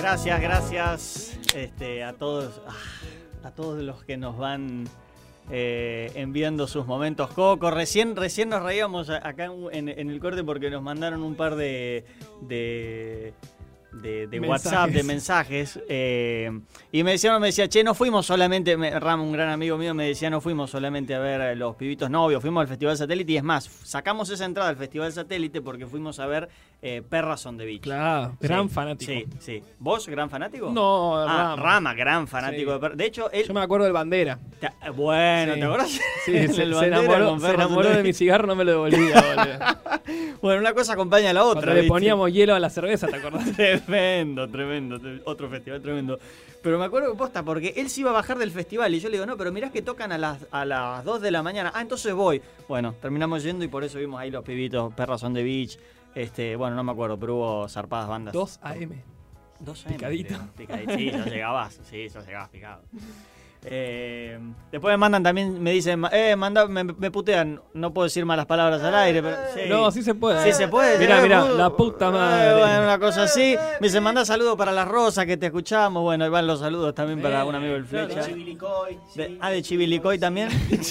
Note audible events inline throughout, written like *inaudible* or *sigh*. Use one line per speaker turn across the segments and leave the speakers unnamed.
Gracias, gracias este, a todos, ah, a todos los que nos van eh, enviando sus momentos coco. Recién, recién nos reíamos a- acá en, en el corte porque nos mandaron un par de, de, de- de
Mensajes.
WhatsApp, de mensajes. eh, y me decían, me decía, che, no fuimos solamente, me- Ram, un gran amigo mío, me decía, no fuimos solamente a ver a los pibitos novios, fuimos al Festival Satélite y es más, sacamos esa entrada al Festival Satélite porque fuimos a ver eh, Perras on the Beach.
Claro, gran fanático.
Sí, sí. ¿Vos, gran fanático?
No,
Ah,
Rama.
Rama, gran fanático
Sí.
de Perras. De hecho, él.
Yo me acuerdo del bandera.
Ta- Bueno,
Sí.
¿te *laughs* acordás?
Sí,
El
se, se
bandera
enamoró,
con
se
Perros
enamoró
on the
de mi
Beach.
cigarro, no me lo
*laughs*
devolvía, boludo.
Bueno, una cosa acompaña a la otra.
Cuando le
¿viste? *laughs*
poníamos hielo a la cerveza, ¿te acordás?
Tremendo, tremendo. tre- Otro festival tremendo. Pero me acuerdo que posta, porque él se iba a bajar del festival y yo le digo, no, pero mirás que tocan a las, a las 2 de la mañana. Ah, entonces voy. Bueno, terminamos yendo y por eso vimos ahí los pibitos, Perras on the Beach. Este, bueno, no me acuerdo, pero hubo zarpadas bandas.
2 AM.
Dos
Picadito.
creo. Picadito. *laughs* Sí, ya llegabas. Sí, ya llegabas picado. Eh, después me mandan también, me dicen, ma- eh, manda, me, me putean, no puedo decir malas palabras al aire, pero sí.
Eh, No, sí se puede.
Sí se puede.
Mirá,
eh,
mirá,
boludo.
la puta
Eh, bueno,
madre.
una cosa así. Me dice, manda saludos para la Rosa que te escuchamos. Bueno, ahí van los saludos también para un amigo del
Eh, claro.
Flecha. De- ah, de
*laughs*
Chivilicoy también.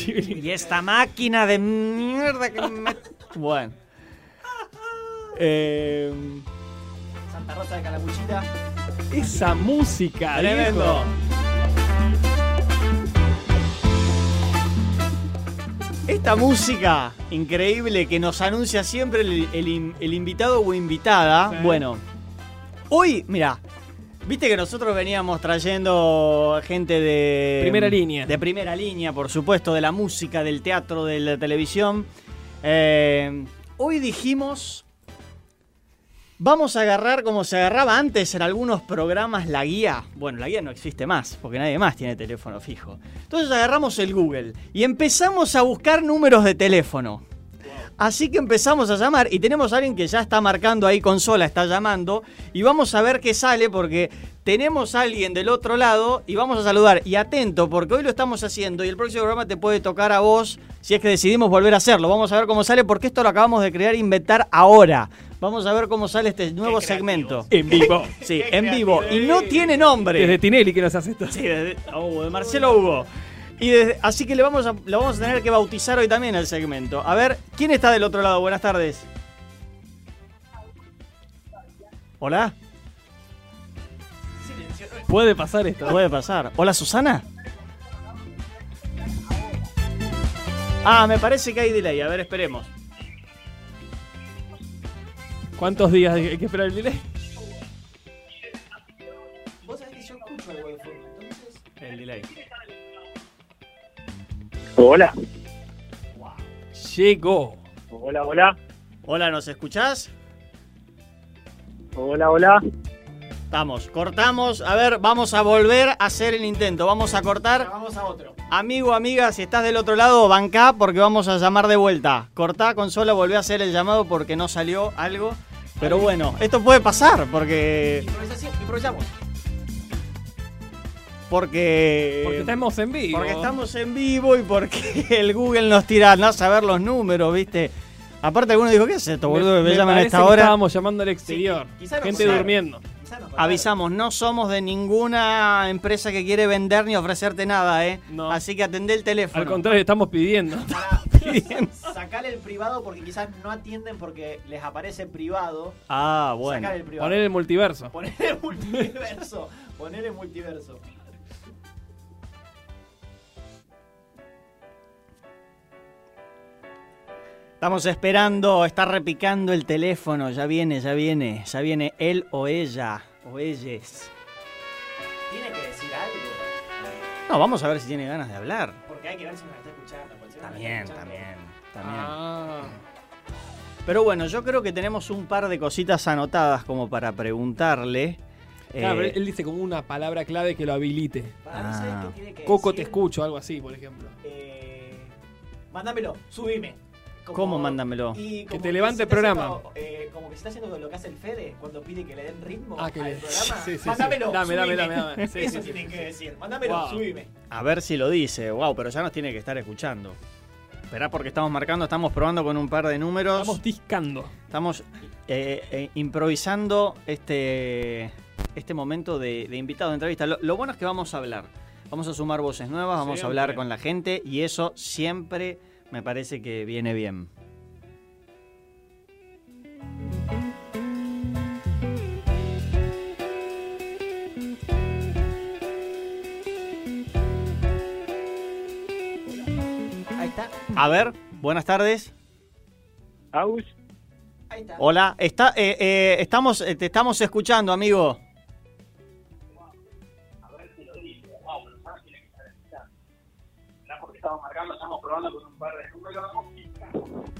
y esta máquina de mierda que me... Bueno.
*laughs*
Eh, Santa Rosa de Calabuchita.
Esa música,
Tremendo.
viejo.
Esta música increíble que nos anuncia siempre el, el in- el invitado o invitada.
Sí.
Bueno, hoy, mira, viste que nosotros veníamos trayendo gente de. mm,
Primera línea.
De primera línea, por supuesto, de la música, del teatro, de la televisión. Eh, hoy dijimos. Vamos a agarrar como se agarraba antes en algunos programas la guía. Bueno, la guía no existe más, porque nadie más tiene teléfono fijo. Entonces agarramos el Google y empezamos a buscar números de teléfono. Así que empezamos a llamar y tenemos a alguien que ya está marcando ahí consola, está llamando y vamos a ver qué sale porque tenemos a alguien del otro lado y vamos a saludar. Y atento porque hoy lo estamos haciendo y el próximo programa te puede tocar a vos si es que decidimos volver a hacerlo. Vamos a ver cómo sale porque esto lo acabamos de crear e inventar ahora. Vamos a ver cómo sale este nuevo segmento.
En
*laughs*
vivo.
Sí, en vivo. Y no tiene nombre.
Desde Tinelli que nos hace esto.
Sí, de, de- a Hugo, de Marcelo Hugo. Y desde- así que le vamos a, lo vamos a tener que bautizar hoy también al segmento. A ver, ¿quién está del otro lado? Buenas tardes. Hola,
Puede pasar esto.
puede pasar. Hola, Susana. Ah, me parece que hay delay. A ver, esperemos.
¿Cuántos días hay que esperar el delay?
El delay.
Hola.
Llegó.
Hola, hola.
Hola, ¿nos escuchás?
Hola, hola.
Estamos, cortamos. A ver, vamos a volver a hacer el intento. Vamos a cortar. Vamos a otro. Amigo, amiga, si estás del otro lado, bancá porque vamos a llamar de vuelta. Cortá, consola, volví a hacer el llamado porque no salió algo. Pero bueno, esto puede pasar porque. Improvisamos. Porque.
Porque estamos en vivo.
Eh, Porque estamos en vivo y porque *laughs* el Google nos tira no saber los números, ¿viste? Aparte, alguno dijo: ¿Qué es esto,
Me-
boludo? que Me,
me
llaman a
parece
esta
que
hora.
Estábamos llamando al exterior.
quizá no
Gente
pasaron.
durmiendo.
*laughs*
Avisamos, no somos de ninguna empresa que quiere vender ni ofrecerte nada, ¿eh?
No.
Así que atendé el
Al
teléfono.
contrario, estamos pidiendo. *laughs*
Sacar el privado porque quizás no atienden porque les aparece privado.
Ah, bueno.
Sacar el privado.
Poner el multiverso.
Poner el multiverso. Poner el multiverso.
Estamos esperando, está repicando el teléfono, ya viene, ya viene, ya viene él o ella, o ellas.
Tiene que decir algo.
No, vamos a ver si tiene ganas de hablar.
Porque hay que ver si nos está escuchando. porque si no nos está
También,
escuchando-
también, también.
Ah.
Pero bueno, yo creo que tenemos un par de cositas anotadas como para preguntarle.
Claro,
Eh,
pero él dice como una palabra clave que lo habilite.
Para mí, ¿sabes
Ah.
qué tiene que
Coco, te
decir?
escucho, algo así, por ejemplo.
Eh, mándamelo, subime.
¿Cómo mándamelo?
y
Que
como
te levante
se
el
está
programa.
haciendo, eh, como que se está haciendo lo que hace el Fede cuando pide que le den ritmo
Ah, que
al
le-
programa.
*laughs* Sí, sí, sí.
mándamelo,
Dame, dame,
subime.
dame, dame. Sí,
Eso
sí,
tienen que decir. Mándamelo,
Wow.
subime.
A ver si lo dice. Wow, pero ya nos tiene que estar escuchando. Esperá porque estamos marcando, estamos probando con un par de números.
Estamos discando.
Estamos eh, eh, improvisando este este momento de, de invitados de entrevista. Lo, lo bueno es que vamos a hablar. Vamos a sumar voces nuevas, vamos a
Siempre.
hablar con la gente y eso siempre me parece que viene bien.
Ahí está.
A ver, buenas tardes.
Aus,
Ahí está.
Hola, está, eh, eh, estamos, eh, te estamos escuchando, amigo.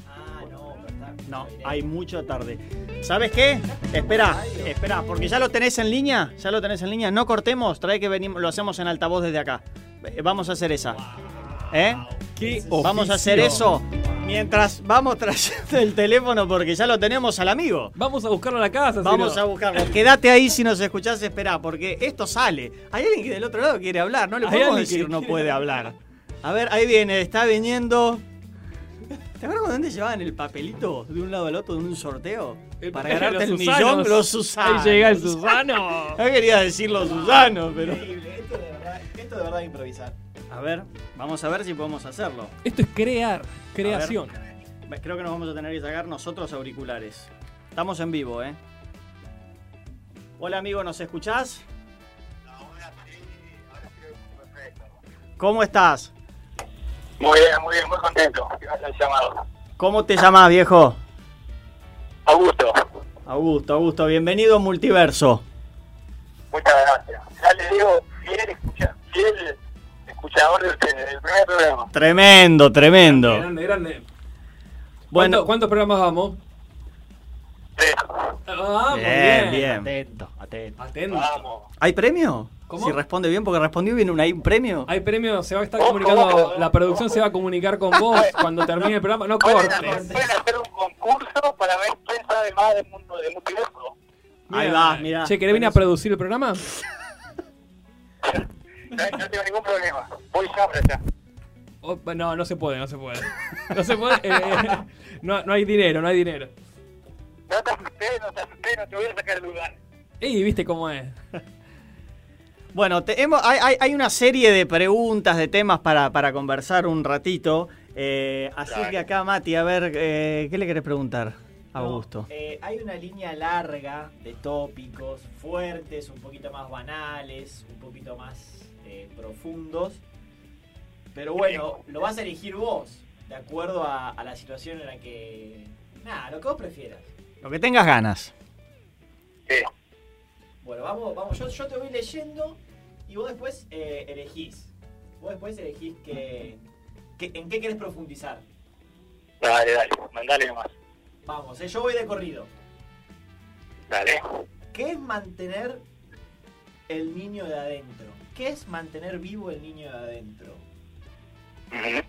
Ah, no, pero está.
No, hay mucha tarde. ¿Sabes qué? Espera, espera, porque ya lo tenés en línea, ya lo tenés en línea. No cortemos, trae que venimos, lo hacemos en altavoz desde acá. Eh, Vamos a hacer esa. ¿Eh?
¿Qué
Vamos
oficio.
a hacer eso mientras vamos trayendo el teléfono porque ya lo tenemos al amigo.
Vamos a buscarlo a la casa.
Vamos a
Ciro.
buscarlo. Quédate ahí si nos escuchás, esperá, porque esto sale. Hay alguien que del otro lado quiere hablar, no le
Hay
podemos
alguien que
decir no
quiere
puede hablar. A ver, ahí viene, está viniendo. ¿Te acuerdas cuando antes llevaban el papelito de un lado al otro en un sorteo?
El
Para
papel de
ganarte el
Eh, *laughs* los Susanos.
millón, los Susanos.
Ahí llega el
*laughs*
Susano.
No quería decir los Susanos, pero.
Increíble. Esto de verdad, esto de verdad es improvisar.
A ver, vamos a ver si podemos hacerlo.
Esto es crear. Creación.
Creo que nos vamos a tener que sacar nosotros auriculares. Estamos en vivo, ¿eh? Hola amigo, ¿nos escuchás? ¿Cómo estás?
Muy bien, muy bien, muy contento. Gracias al llamado.
¿Cómo te llamás, viejo?
Augusto,
Augusto, Augusto, bienvenido a Multiverso.
muchas gracias. Ya le digo, fiel, escucha, fiel escuchador de ustedes, del primer programa.
Tremendo, tremendo.
Grande, grande.
Bueno,
¿Cuánto- eh, ¿Cuántos programas vamos?
Sí,
Ah, muy
bien, bien.
Atento, atento.
Atento.
vamos.
¿Hay premio?
¿Cómo?
Si responde bien, porque respondió bien, ¿hay un premio?
Hay premio, se va a estar
Ojo,
comunicando.
ojo.
La producción se va a comunicar con vos cuando termine el programa. No
Pueden
cortes.
hacer- pueden hacer un concurso para ver quién sabe más del mundo de multiverso.
Ahí va, mirá.
Che, ¿querés venir a producir el programa?
No, no tengo ningún problema. Voy ya para allá.
Oh, no, no se puede, no se puede. No se puede. eh, no, no hay dinero, no hay dinero.
No te asustes, no te asustes, no te voy a sacar el lugar.
Y viste cómo es.
Bueno, te- hemos- hay, hay- hay una serie de preguntas, de temas para, para conversar un ratito. Eh, así
Dale.
que acá, Mati, a ver, eh, ¿qué le querés preguntar a Augusto?
No, eh, hay una línea larga de tópicos fuertes, un poquito más banales, un poquito más eh, profundos. Pero bueno, lo vas a elegir vos, de acuerdo a, a la situación en la que... Nada, lo que vos prefieras.
Lo que tengas ganas.
Sí,
Bueno, vamos, vamos. Yo, yo te voy leyendo y vos después eh, elegís. Vos después elegís que, que- en qué querés profundizar.
dale, dale, mandale nomás.
Vamos, eh, yo voy de corrido.
Dale.
¿Qué es mantener el niño de adentro? ¿Qué es mantener vivo el niño de adentro?
Ujú.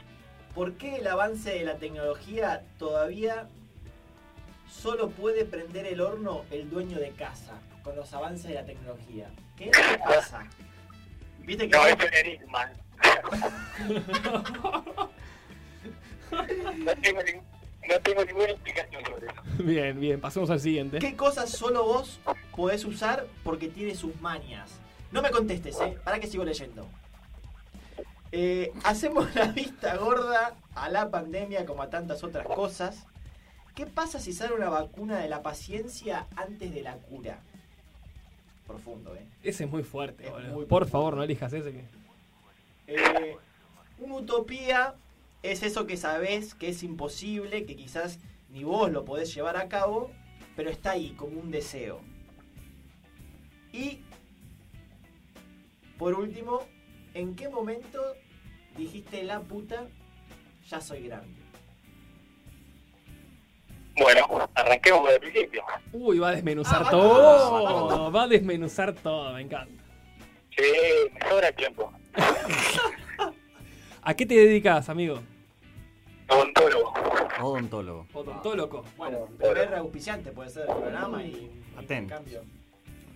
¿Por qué el avance de la tecnología todavía solo puede prender el horno el dueño de casa con los avances de la tecnología? ¿Qué es lo que pasa? ¿Viste que
No, este es un enigma. no, tengo ni- no tengo ninguna explicación sobre eso.
Bien, bien, pasemos al siguiente.
¿Qué cosas solo vos podés usar porque tiene sus mañas? No me contestes, ¿eh? Para que sigo leyendo. Eh, hacemos la vista gorda a la pandemia como a tantas otras cosas. ¿Qué pasa si sale una vacuna de la paciencia antes de la cura? Profundo, ¿eh?
Ese es muy fuerte,
Es
boludo.
muy
Por
fuerte.
favor, no elijas ese. Que...
Eh, una utopía es eso que sabés que es imposible, que quizás ni vos lo podés llevar a cabo, pero está ahí como un deseo. Y, por último, ¿en qué momento dijiste la puta, ya soy grande?
Bueno, arranquemos por el principio.
Uy, va a desmenuzar
Ah,
todo. va a desmenuzar todo, me encanta.
Sí, me sobra el tiempo.
¿A qué te dedicas, amigo?
Odontólogo.
Odontólogo.
Odontólogo.
Bueno, primer auspiciante puede ser el programa y en
Atento.
cambio.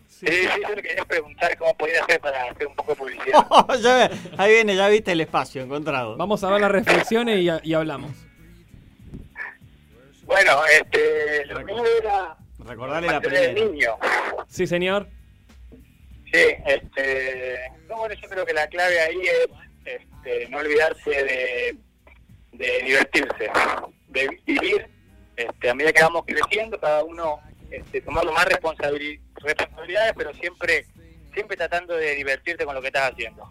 Sí.
Sí, sí, yo le quería preguntar cómo podía hacer para hacer un poco de publicidad.
*laughs* *laughs* Ya ve- ahí viene, ya viste el espacio encontrado.
Vamos a ver las reflexiones y, y hablamos.
Bueno, este, lo mío era
Recordarle la
mantener el
primera.
niño.
Sí, señor.
Sí, este, no, bueno, yo creo que la clave ahí es este, no olvidarse de, de divertirse, de vivir. Este, a medida que vamos creciendo, cada uno este, tomando más responsabili- responsabilidades, pero siempre siempre tratando de divertirte con lo que estás haciendo.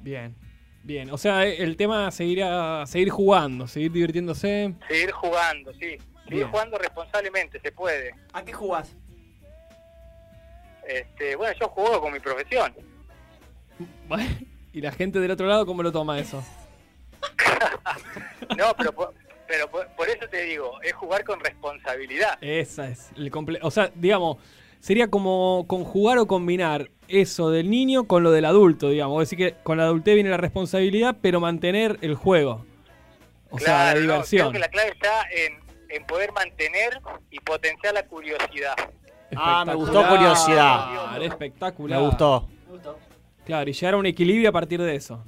Bien, bien. O sea, eh, el tema seguir, a- seguir jugando, seguir divirtiéndose.
Seguir jugando, sí. Seguir
Bien.
jugando responsablemente, se puede.
¿A qué jugás?
Este, bueno, yo juego con mi profesión.
¿Y la gente del otro lado cómo lo toma eso?
No, pero, por- pero por- por eso te digo, es jugar con responsabilidad.
Esa es el comple O sea, digamos, sería como conjugar o combinar eso del niño con lo del adulto, digamos. Así que con la adultez viene la responsabilidad, pero mantener el juego. O sea, la
Claro, no,
diversión.
creo que la clave está en, en poder mantener y potenciar la curiosidad.
Ah, me gustó
Espectacular,
curiosidad.
Espectacular.
Me gustó.
Me gustó.
Claro, y llegar a un equilibrio a partir de eso.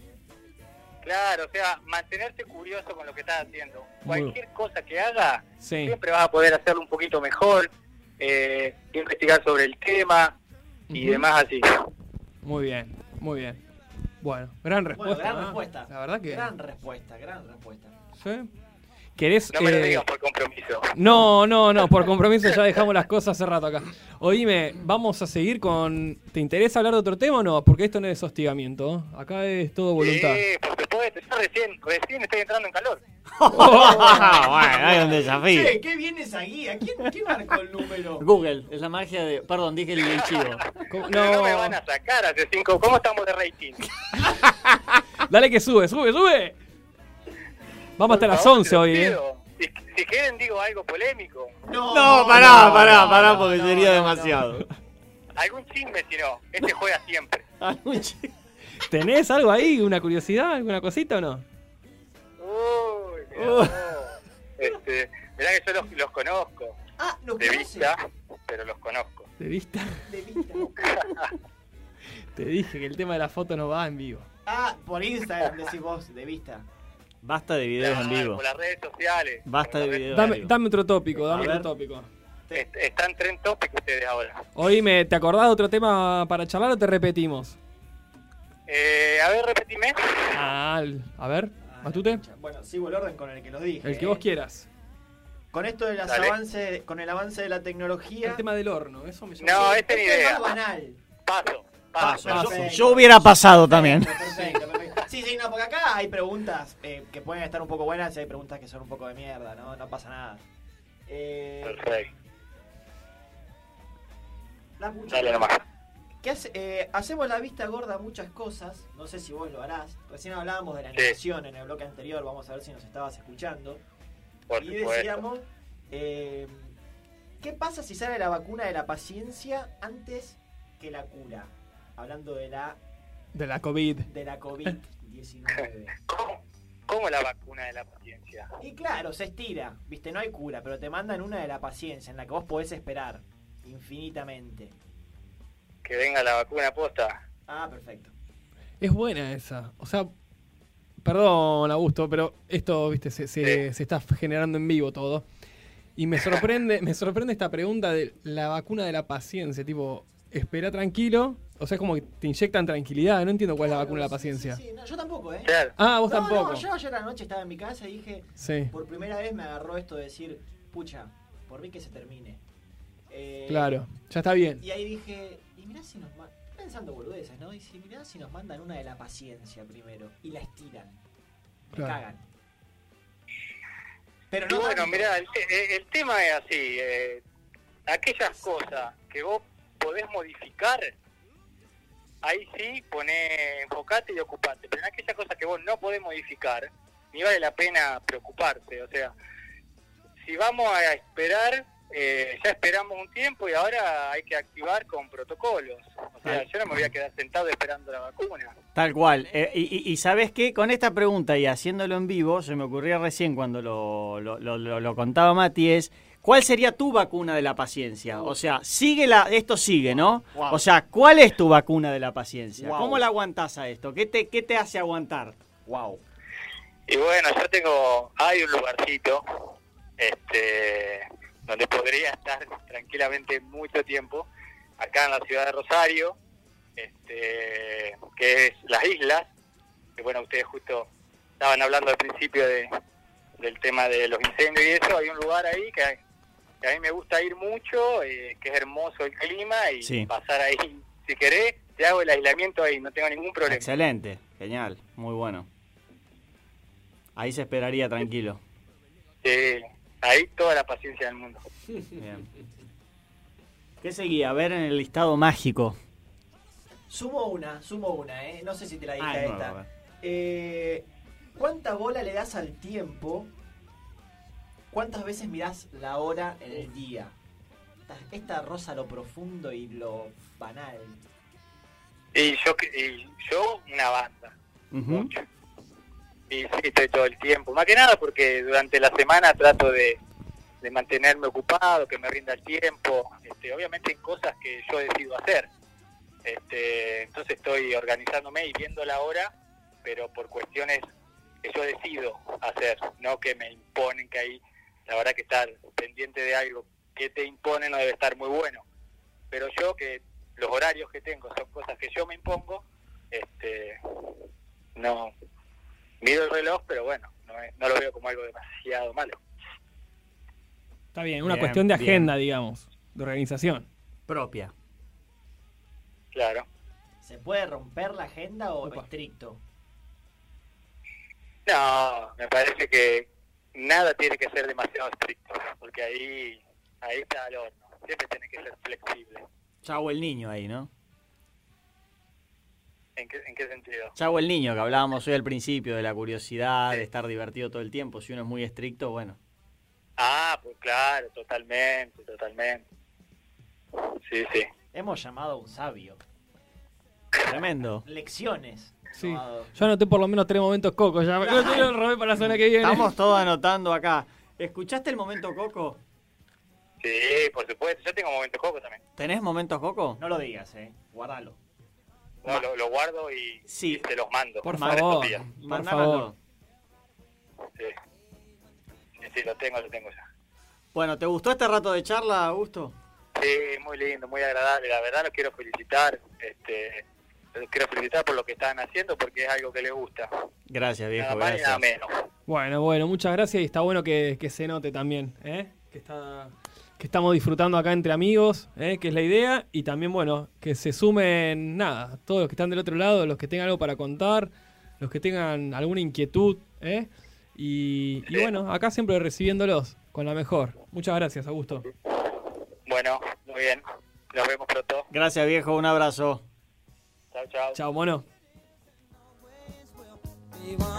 Claro, o sea, mantenerse curioso con lo que estás haciendo.
Muy-
Cualquier cosa que hagas,
Sí.
siempre vas a poder hacerlo un poquito mejor, eh, investigar sobre el tema y
Ujú.
demás así.
Muy bien, muy bien. Bueno, gran respuesta.
Bueno, gran
¿no?
respuesta.
La verdad que.
Gran respuesta, gran respuesta.
¿Sí? ¿Querés.?
No me lo
eh,
digas por compromiso.
no, no, no, por compromiso ya dejamos las cosas hace rato acá. Oíme, vamos a seguir con. ¿Te interesa hablar de otro tema o no? Porque esto no es hostigamiento. ¿eh? Acá es todo voluntad.
Sí, por supuesto, yo recién, recién estoy entrando en calor.
bueno, hay un desafío.
Che, qué bien esa guía. ¿Quién, quién marcó el número?
*laughs*
Google, es la magia de. Perdón, dije el del chivo.
¿Cómo-
No.
No,
me van a sacar hace cinco. ¿Cómo estamos de rating?
dale que sube, sube, sube. Vamos hasta
Por
las
favor,
11
te lo
hoy, ¿eh?
pido. Si, si quieren, digo algo polémico.
*laughs* No, pará,
no,
pará,
no,
pará,
no,
porque
no,
sería *laughs*
no,
demasiado.
Algún chisme, si no. Este juega siempre.
¿Tenés algo ahí? ¿Una curiosidad? ¿Alguna cosita o no?
*laughs* Uy, mirá vos. Este, mirá que yo los, los conozco
no. Ah, ¿lo
de
conoces?
vista, pero los conozco.
¿Te viste?
De vista.
Te dije que el tema de la foto no va en vivo.
Ah, por Instagram decís vos, de vista.
Basta de videos en
Claro,
vivo.
Ah, Por las redes sociales.
Basta de
Por las
videos en
Dame,
vivo.
dame otro tópico, dame
A
otro
ver.
tópico.
redes- est- Están tren topic ustedes ahora.
Oíme, ¿te acordás de otro tema para charlar o te repetimos?
Eh, a ver, repetime.
Ah, el- a ver, Matute,
Bueno, sigo el orden con el que los dije.
el que
eh.
vos quieras.
Con esto de las
Dale.
avances, con el avance de la tecnología.
El Este tema del horno, eso me llamó.
No,
Sí,
esta ni
este es
idea.
más banal.
Paso, paso.
Yo-
perfecto.
Yo hubiera pasado también.
Perfecto, perfecto. Sí, sí, no, porque acá hay preguntas eh, que pueden estar un poco buenas y hay preguntas que son un poco de mierda, ¿no? No pasa nada. Eh,
Perfecto.
la pucha.
Dale nomás.
¿Qué hace- eh, hacemos la vista gorda a muchas cosas, no sé si vos lo harás. Recién hablábamos de la
Sí.
animación en el bloque anterior, vamos a ver si nos estabas escuchando.
Por
y
supuesto.
decíamos, eh, ¿qué pasa si sale la vacuna de la paciencia antes que la cura? Hablando de la,
De la COVID.
de la
*laughs*
COVID-19.
¿Cómo, cómo la vacuna de la paciencia?
Y claro, se estira, viste, no hay cura, pero te mandan una de la paciencia en la que vos podés esperar infinitamente.
Que venga la vacuna posta.
Ah, perfecto.
Es buena esa. O sea, perdón, Augusto, pero esto, viste, se, se- se está generando en vivo todo. Y me sorprende, me sorprende esta pregunta de la vacuna de la paciencia, tipo, espera tranquilo. O sea, es como que te inyectan tranquilidad. No entiendo cuál es la vacuna de la
Sí,
paciencia.
Sí, sí, no, yo tampoco, ¿eh?
Claro.
Ah, vos
No,
tampoco.
No, yo ayer a la noche estaba en mi casa y dije,
Sí,
por primera vez me agarró esto de decir, pucha, por mí que se termine. Eh,
claro. Ya está bien.
Y ahí dije, y mirá si nos mandan, pensando boludeces, ¿no? Y si mirá si nos mandan una de la paciencia primero y la estiran, la
Claro.
cagan. Pero
Y
no
bueno,
tanto.
mira, el, te- eh, el tema es así. eh, aquellas cosas que vos podés modificar, ahí sí, poné, enfocate y ocupate. Pero en aquellas cosas que vos no podés modificar, ni vale la pena preocuparse. O sea, si vamos a esperar, eh, ya esperamos un tiempo y ahora hay que activar con protocolos. O sea, yo no me voy a quedar sentado esperando la vacuna.
Tal cual. Eh, y, y- y sabes qué, con esta pregunta y haciéndolo en vivo, se me ocurrió recién cuando lo, lo- lo- lo- lo contaba Mati, es, ¿cuál sería tu vacuna de la paciencia? O sea, sigue la, esto sigue, ¿no?
Wow.
O sea, ¿cuál es tu vacuna de la paciencia?
Wow.
¿Cómo la aguantás a esto? ¿Qué te, qué te hace aguantar?
Wow.
Y bueno, yo tengo, hay un lugarcito, este, donde podría estar tranquilamente mucho tiempo, acá en la ciudad de Rosario, este, que es las islas, que bueno, ustedes justo estaban hablando al principio de, del tema de los incendios y eso, hay un lugar ahí que, que a mí me gusta ir mucho, eh, que es hermoso el clima y
Sí.
pasar ahí, si querés, te hago el aislamiento ahí, no tengo ningún problema.
Excelente, genial, muy bueno. Ahí se esperaría tranquilo.
Sí, Eh, ahí toda la paciencia del mundo.
Bien. ¿Qué seguía? A ver en el listado mágico.
Sumo una, sumo una, ¿eh? No sé si te la dije
Ah,
a
es
esta.
nuevo, a ver.
Eh, ¿Cuánta bola le das al tiempo? ¿Cuántas veces mirás la hora en el día? Esta, esta rosa lo profundo y lo banal.
Y yo, que- y yo una banda.
Ujú.
Y sí, estoy todo el tiempo. Más que nada porque durante la semana trato de, de mantenerme ocupado, que me rinda el tiempo. Este, obviamente en cosas que yo decido hacer. Este, entonces estoy organizándome y viendo la hora, pero por cuestiones que yo decido hacer, no que me imponen que ahí, la verdad que estar pendiente de algo que te imponen no debe estar muy bueno. Pero yo que los horarios que tengo son cosas que yo me impongo, este, no, Miro el reloj, pero bueno, no, es- no lo veo como algo demasiado malo.
Está bien, una
Bien,
cuestión de
bien.
agenda, digamos, de organización.
Propia.
Claro.
¿Se puede romper la agenda o este,
Opa.
estricto?
No, me parece que nada tiene que ser demasiado estricto, porque ahí, ahí está el horno. Siempre tiene que ser flexible.
Chau el niño ahí, ¿no?
¿En qué, en qué sentido?
Chau el niño, que hablábamos hoy al principio de la curiosidad, de estar divertido todo el tiempo. Si uno es muy estricto, bueno.
Ah, pues claro, totalmente, totalmente. Sí, sí.
Hemos llamado a un sabio.
Tremendo.
Lecciones.
Sí.
Tomado.
Yo anoté por lo menos tres momentos cocos. Ya Yo te lo robé para la semana que viene.
Estamos todos anotando acá. ¿Escuchaste el momento Coco?
Sí, por supuesto. Yo tengo momentos coco también.
¿Tenés momentos Coco?
No lo digas, eh. Guardalo.
No, lo, lo guardo y,
Sí.
y te los mando.
Por
para estos
favor.
días.
Por
Mandámoslo.
favor.
Sí. sí, sí, lo tengo, lo tengo ya.
Bueno, ¿te gustó este rato de charla, Augusto?
Sí, muy lindo, muy agradable. La verdad los quiero felicitar. Este, los quiero felicitar por lo que están haciendo porque es algo que les gusta.
Gracias,
Nada más y nada menos.
Bueno, bueno, muchas gracias y está bueno que, que se note también, ¿eh? Que, está, que estamos disfrutando acá entre amigos, ¿eh? que es la idea, y también, bueno, que se sumen, nada, todos los que están del otro lado, los que tengan algo para contar, los que tengan alguna inquietud, ¿eh? Y,
Eh.
y bueno, acá siempre recibiéndolos, con la mejor. Muchas gracias, Augusto.
Bueno, muy bien. Nos vemos pronto.
Gracias, viejo. Un abrazo.
Chao, chao.
Chao, mono.
We want